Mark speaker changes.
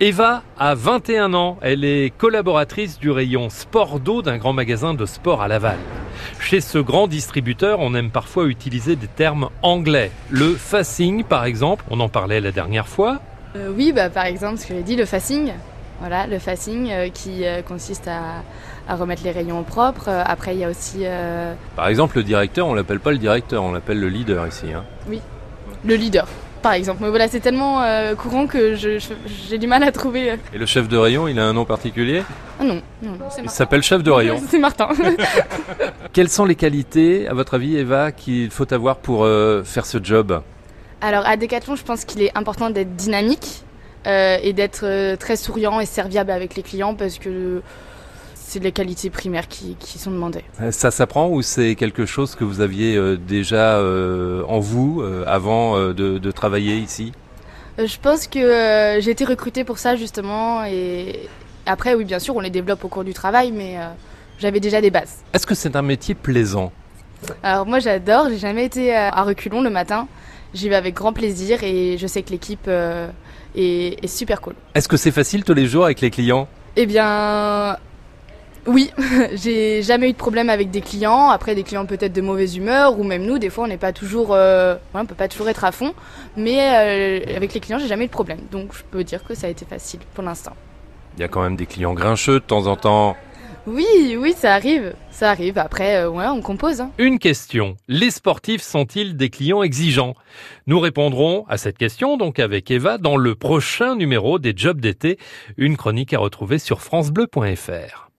Speaker 1: Eva a 21 ans, elle est collaboratrice du rayon sport d'eau d'un grand magasin de sport à Laval. Chez ce grand distributeur, on aime parfois utiliser des termes anglais. Le fasting par exemple, on en parlait la dernière fois,
Speaker 2: Euh, oui, bah, par exemple, ce que j'ai dit, le fasting. Voilà, le fasting euh, qui euh, consiste à, à remettre les rayons au propre. Euh, Après, il y a aussi euh,
Speaker 3: Par exemple, le directeur, on l'appelle pas le directeur, on l'appelle le leader ici. hein.
Speaker 2: le leader, par exemple. Mais voilà, c'est tellement euh, courant que je- je- j'ai du mal à trouver. euh,
Speaker 3: Et le chef de rayon, il a un nom particulier
Speaker 2: Ah non, non.
Speaker 3: Il s'appelle chef de rayon.
Speaker 2: C'est Martin.
Speaker 3: Quelles sont les qualités, à votre avis, Eva, qu'il faut avoir pour euh, faire ce job
Speaker 2: Alors, à Decathlon, je pense qu'il est important d'être dynamique euh, et d'être euh, très souriant et serviable avec les clients parce que c'est les qualités primaires qui- qui sont demandées.
Speaker 3: Euh, Ça s'apprend ou c'est quelque chose que vous aviez euh, déjà euh, en vous euh, avant euh, de, de travailler ici
Speaker 2: Euh, Je pense que euh, j'ai été recrutée pour ça justement et après oui bien sûr on les développe au cours du travail mais euh, j'avais déjà des bases.
Speaker 3: Est-ce que c'est un métier plaisant
Speaker 2: Alors moi j'adore, j'ai jamais été euh, à reculons le matin, j'y vais avec grand plaisir et je sais que l'équipe euh, est, est super cool.
Speaker 3: Est-ce que c'est facile tous les jours avec les clients
Speaker 2: Eh bien oui, j'ai jamais eu de problème avec des clients, après des clients peut-être de mauvaise humeur ou même nous des fois on n'est pas toujours euh, ouais, on peut pas toujours être à fond mais euh, avec les clients j'ai jamais eu de problème donc je peux dire que ça a été facile pour l'instant.
Speaker 3: Il y a quand même des clients grincheux de temps en temps.
Speaker 2: Oui, oui, ça arrive, ça arrive. Après, euh, ouais, on compose. hein.
Speaker 1: Une question. Les sportifs sont-ils des clients exigeants Nous répondrons à cette question donc avec Eva dans le prochain numéro des Jobs d'été, une chronique à retrouver sur francebleu.fr.